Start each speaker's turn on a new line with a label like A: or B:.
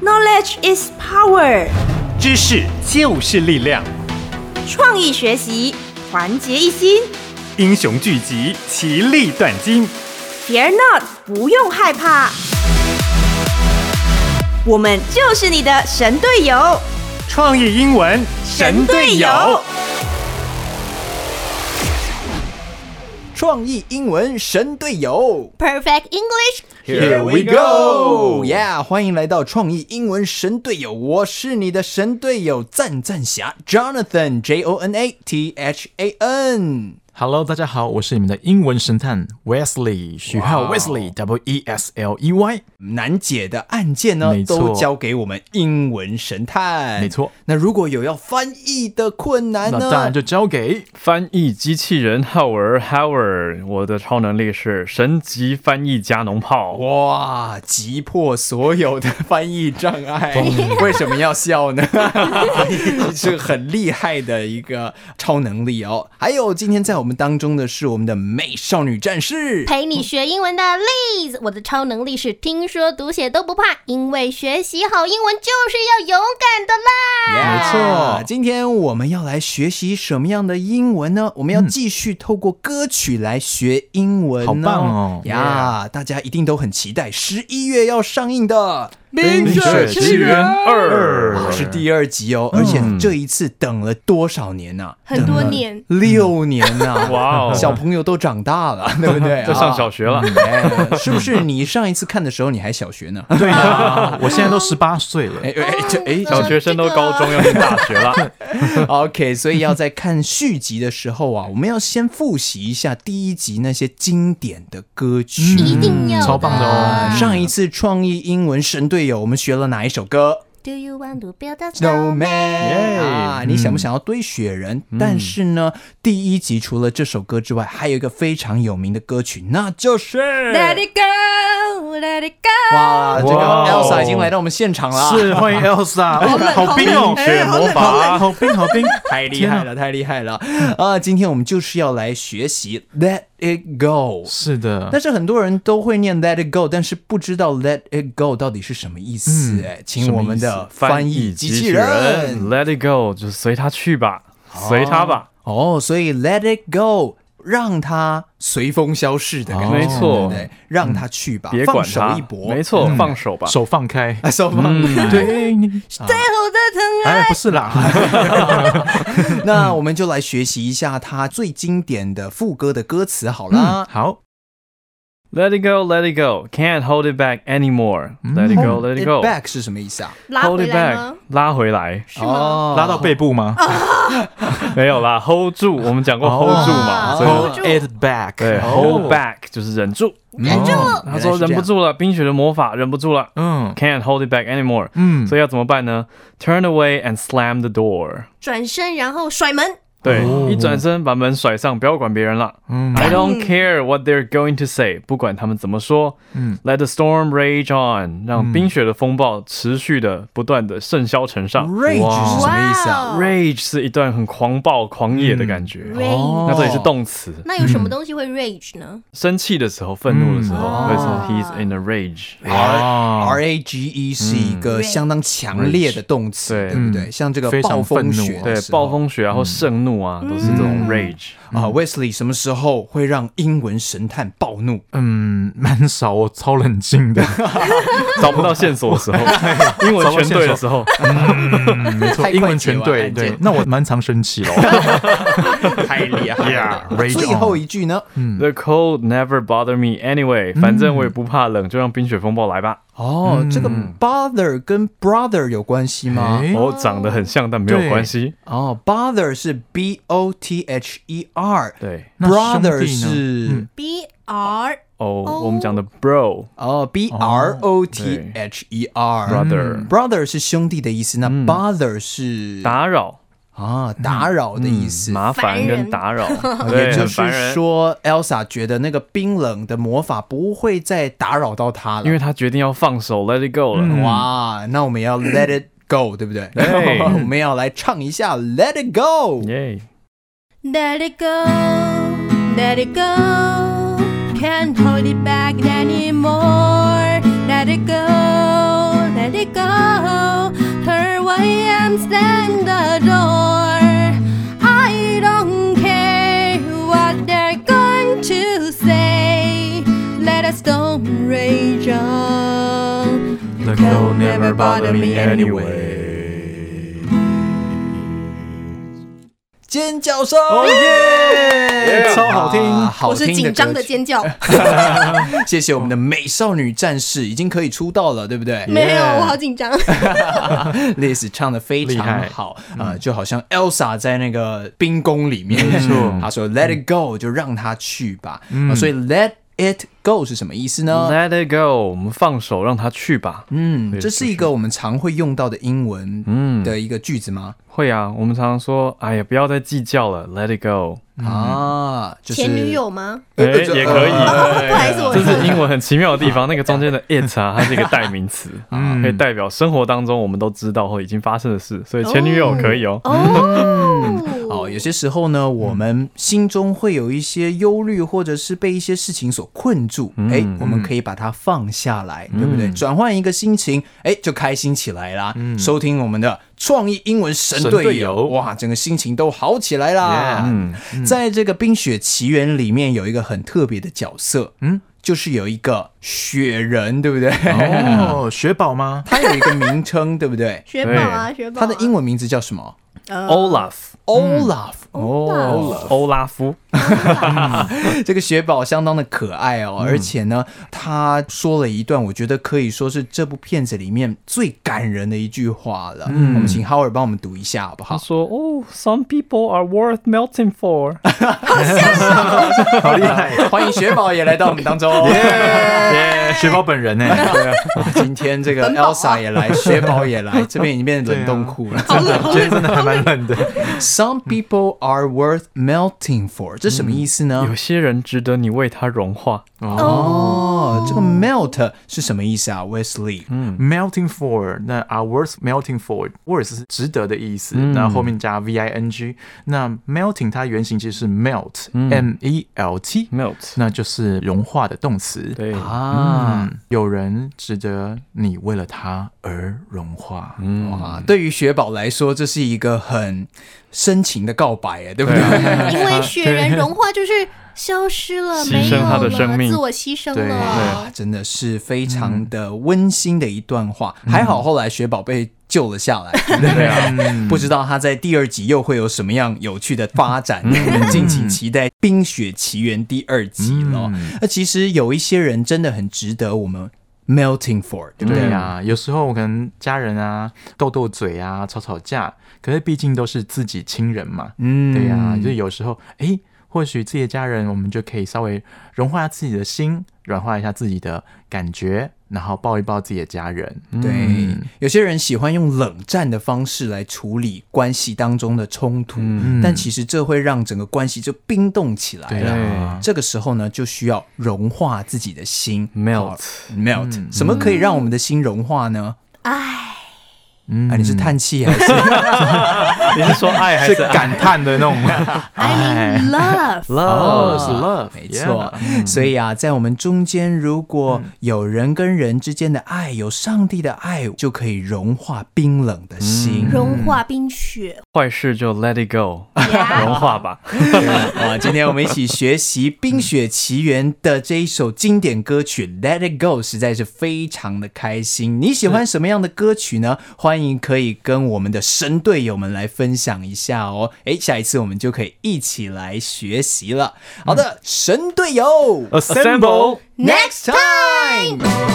A: Knowledge is power，
B: 知识就是力量，
A: 创意学习，团结一心。
B: 英雄聚集，其利断金。
A: Fear not，不用害怕，我们就是你的神队友。
B: 创意英文神队友，
C: 创意英文神队友
D: Perfect English，
B: Here we go
C: Yeah，欢迎来到创意英文神队友，我是你的神队友赞赞侠 Jonathan J O N A T H A N。
E: Hello，大家好，我是你们的英文神探 Wesley 许浩 Wesley W E S L E Y。
C: 难解的案件呢
E: 没，错
C: 都交给我们英文神探。
E: 没错，
C: 那如果有要翻译的困难
E: 那
C: 呢，
E: 当然就交给
F: 翻译机器人浩尔 Howard，我的超能力是神级翻译加农炮。
C: 哇，击破所有的翻译障碍，为什么要笑呢？ 是很厉害的一个超能力哦。还有今天在我们当中的是我们的美少女战士，
D: 陪你学英文的 Liz，我的超能力是听说读写都不怕，因为学习好英文就是要勇敢的啦。
C: 没错。今天我们要来学习什么样的英文呢？我们要继续透过歌曲来学英文、
E: 好棒哦
C: 呀大家一定都很期待十一月要上映的《冰
E: 雪奇缘
F: 二
C: 哇是第二集
F: 嗯
C: 哦，而且这一次等了多少年呐、
G: 很多年，
C: 六年呐、
F: 哇哦
C: 小朋友都长大 了，对不对？
F: 这上小学了，
C: 啊、哎，是不是？你上一次看的时候你还小学 呢？
E: 对啊，我现在都十八岁了，
C: 哎哎，这哎，
F: 小学生都高中要念大学了。
C: OK，所以要在看续集的时候啊，我们要先复习一下第一集那些经典的歌曲。
F: 嗯
D: 一定要
E: 超棒的哦！
C: 啊上一次创意英文神队友，我们学了哪一首歌
D: Do you want to build a snowman？
C: ？Snowman 啊，你想不想要堆雪人？但是呢，第一集除了这首歌之外，还有一个非常有名的歌曲，那就是。
G: Let it go, let it go。
C: 哇，哦这个
F: 哇
C: Elsa 已经来到我们现场了，
E: 是欢迎 Elsa，哦好冰哦，
F: 雪魔法，
E: 好冰好冰，
C: 太厉害了，太厉害了啊！今天我们就是要来学习 Let It Go。
E: 是的
C: 但，是很多人都会念 Let It Go，但是不知道 Let It Go 到底是什么意思。哎、 请我们的翻译机器人。
F: ，Let it go，就随他去吧，随他吧。
C: 哦，所以 Let It Go 让它随风消逝的感觉，
F: 哦没错嗯
C: 对不对，让它去吧，
F: 别
C: 放
F: 管
C: 手
F: 他
C: 一搏，嗯
F: 没错，嗯放手吧。
E: 手放开，
C: 啊，手放
E: 对你，
G: 最后的疼爱。
E: 哎，不是啦，
C: 那我们就来学习一下它最经典的副歌的歌词好
F: 嗯
C: 啦。
E: 嗯好，
F: Let it go, let it go, can't hold it back anymore. Let it
C: 嗯
F: go, let it go,
C: back 是什么意思啊？
G: 拉
F: hold
G: 回
F: it
G: 来
F: back，
G: 吗？
F: 拉回来，
C: 哦
E: 拉到背部吗
F: 没有啦，hold 住，我们讲过
C: 哦
F: hold 住嘛，所以
E: ？Hold it back，
F: 对，hold back 就是忍住。
C: 忍住，
F: Oh 嗯他说忍不住了，冰雪的魔法忍不住了
E: 嗯
F: ，can't hold it back anymore。
E: 嗯
F: 所以要怎么办呢？Turn away and slam the door。
G: 转身然后甩门，
F: 对，一转身把门甩上，不要管别人了。
E: 嗯
F: I don't care what they're going to say，不管他们怎么说。
E: 嗯
F: Let the storm rage on，让冰雪的风暴持续的、不断的盛嚣尘上。
C: Rage 是什么意思啊？
G: 哇哦
F: Rage 是一段很狂暴、狂野的感觉。
D: Rage
F: 那这里是动词，
D: 那有什么东西会 rage 呢？
F: 生气的时候、愤怒的时
C: 嗯
F: 候，会说 he's in a rage。
E: 啊，
C: R A G E 是
F: 嗯
C: 一个相当强烈的动词，
F: 对
C: 对不对？像这个
E: 非常
C: 暴风雪嗯
E: 愤怒
C: 的
F: 对，
C: 时候
F: 暴风雪啊，或盛怒啊，都是这种 rage。
C: 啊，Wesley 什么时候会让英文神探暴怒？
E: 嗯，蛮少，我超冷静的，
F: 找不到线索的时 候，英文全对的时候，
E: 没错， 英文全对，对，那我蛮常生气了。
C: 太厉害了
E: Rage 嗯
C: 最后一句呢？
F: The cold never bother me anyway，反正我也不怕冷，就让冰雪风暴来吧。
C: 哦，这个
E: 嗯
C: bother 跟 brother 有关系吗？
E: 哎
F: 我哦长得很像，但没有关系。
C: 哦，bother 是 B O T H E R，
F: 对，
E: 那兄弟呢嗯
C: ，brother 是
G: B R
F: 哦，我们讲的 bro
C: 哦 B R O T H E R。
E: 哦
F: brother
C: Brother 是兄弟的意思，那
E: 嗯
C: bother 是
F: 打扰、
C: 啊打扰的意思，啊
E: 嗯
F: 麻烦
G: 烦
F: 跟
G: 人
F: 打扰，
C: 也
F: 对，
C: 就
F: 很烦
C: 是
F: 人。
C: 说，Elsa 觉得那个冰冷的魔法不会再打扰到她了，
F: 因为他决定要放手，let it go
C: 嗯
F: 了。
C: 哇，那我们要 Let it go，对不对？
F: 嗯 对
C: 我们要来唱一下 Let it go。
F: 耶，
G: Let it go, let it go, can't hold it back anymore. Let it go, let it go, 风锐掌。
E: The
G: cold never bothered me
E: anyway。
C: 尖叫声，
B: 哦耶，超好
C: 啊
B: 听。
C: 好
G: 我
C: 听
G: 是紧张的
C: 歌曲。
G: 尖叫，
C: 谢谢我们的美少女战士，已经可以出道了，对不对？
G: 没有，我好紧张。
C: Liz 唱的非
E: 厉
C: 常
E: 害
C: 好啊、呃就好像 Elsa 在那个冰宫里面， 她说 “Let it go”，、就让它去吧。啊所以 “Let it go” 是什么意思呢？
F: Let it go，我们放手让它去吧。
C: 嗯，
F: 对
C: 这是一个我们常会用到的英文
F: 嗯，
C: 的一个句子吗？
F: 会啊，我们常常说，哎呀，不要再计较了，Let it go。
E: 嗯
C: 啊，就是
G: 前女友吗？
F: 哎，
C: 呃
F: 也可以。
E: 呃
G: 不好意思，我
F: 这
G: 错
F: 是
G: 了。
F: 英文很奇妙的地方，那个中间的 it 啊，它是一个代名词，嗯，可以代表生活当中我们都知道或已经发生的事，所以前女友可以哦。
C: 哦，有些时候呢，我们心中会有一些忧虑，或者是被一些事情所困住，
E: 嗯
C: 哎、我们可以把它放下来，对不对？转换一个心情，哎，就开心起来啦。收听我们的创意英文神队友，
E: 嗯神队友嗯
C: 哇，整个心情都好起来啦。嗯在这个《冰雪奇缘》里面有一个很特别的角色，嗯，就是有一个雪人，对不对？
E: 哦，雪宝 吗？
C: 他有一个名称，对 不对？
G: 雪宝啊，雪宝啊。
C: 他的英文名字叫什么
F: Olaf，
C: ？Olaf、哦，
E: 嗯
F: 欧拉夫，
C: 这个雪宝相当的可爱
E: 嗯
C: 哦，而且呢，他说了一段我觉得可以说是这部片子里面最感人的一句话了。
E: 嗯
C: 我们请 Howard 帮我们读一下好不
F: 他
C: 好？
F: 说哦，Some people are worth melting for，
E: 好厉害！
C: 欢迎雪宝也来到我们当中哦。
E: 耶雪宝本人欸呢？
C: 今天这个 Elsa 也来，雪宝也来，这边已经变成冷冻库了。
E: 今天 真的还蛮 冷的。
C: Some people are worth melting for，这什么意思呢
E: 嗯
F: 有？些人值得你为他融化。
C: 哦，这个 melt 是什么意思啊，Wesley？
E: 嗯 Melting for，那 are worth melting for，worth 是值得的意思，那后面加 v i n g。那 melting 它原型其实是 melt，m e l t，
F: Melt，
E: 那就是融化的动词。
F: 对，
C: 啊，
E: 嗯，有人值得你为了他而融化。
C: 哇，对于雪宝来说，这是一个很深情的告白，哎，对不对？
G: 因为雪人融化就是消失了，
F: 牺
G: 没有
F: 牲他
G: 了，
F: 的生命
G: 自我牺牲
E: 对
G: 了
C: 啊，。真的是非常的温馨的一段话。还好后来雪宝被救了下来，嗯 对啊，不知道他在第二集又会有什么样有趣的发展，我们敬请期待《冰雪奇缘》第二集了。那其实有一些人真的很值得我们 melting for，对不对？啊
E: 对呀、有时候可能家人啊斗斗嘴啊吵吵架，可是毕竟都是自己亲人嘛，
C: 嗯
E: 对呀、就是有时候哎、诶或许自己的家人，我们就可以稍微融化自己的心，软化一下自己的感觉，然后抱一抱自己的家人。
C: 嗯 对，
E: 嗯
C: 有些人喜欢用冷战的方式来处理关系当中的冲突，但其实这会让整个关系就冰冻起来
E: 嗯对
C: 了。
E: 啊，
C: 这个时候呢，就需要融化自己的心
F: Melt
C: melt、什么可以让我们的心融化呢？
G: 唉，
E: 嗯
C: 啊，你是叹气还 是
F: 你是说爱还
E: 是
F: 是爱
E: 感叹的那种
G: I mean love，
E: 哦，
F: 啊
E: 是 love，
C: 没错。
E: 嗯
C: 所以啊，在我们中间，如果有人跟人之间的爱，有上帝的爱，就可以融化冰冷的心。
E: 嗯
G: 融化冰雪。
F: 坏事就 Let it go，融化吧。
C: 啊，今天我们一起学习《冰雪奇缘》的这一首经典歌曲《Let It Go》，实在是非常的开心。你喜欢什么样的歌曲呢？欢迎可以跟我们的神队友们来分享一下哦。诶，下一次我们就可以一起来学习了。好的，神队友
F: Assemble。
C: ，Next time。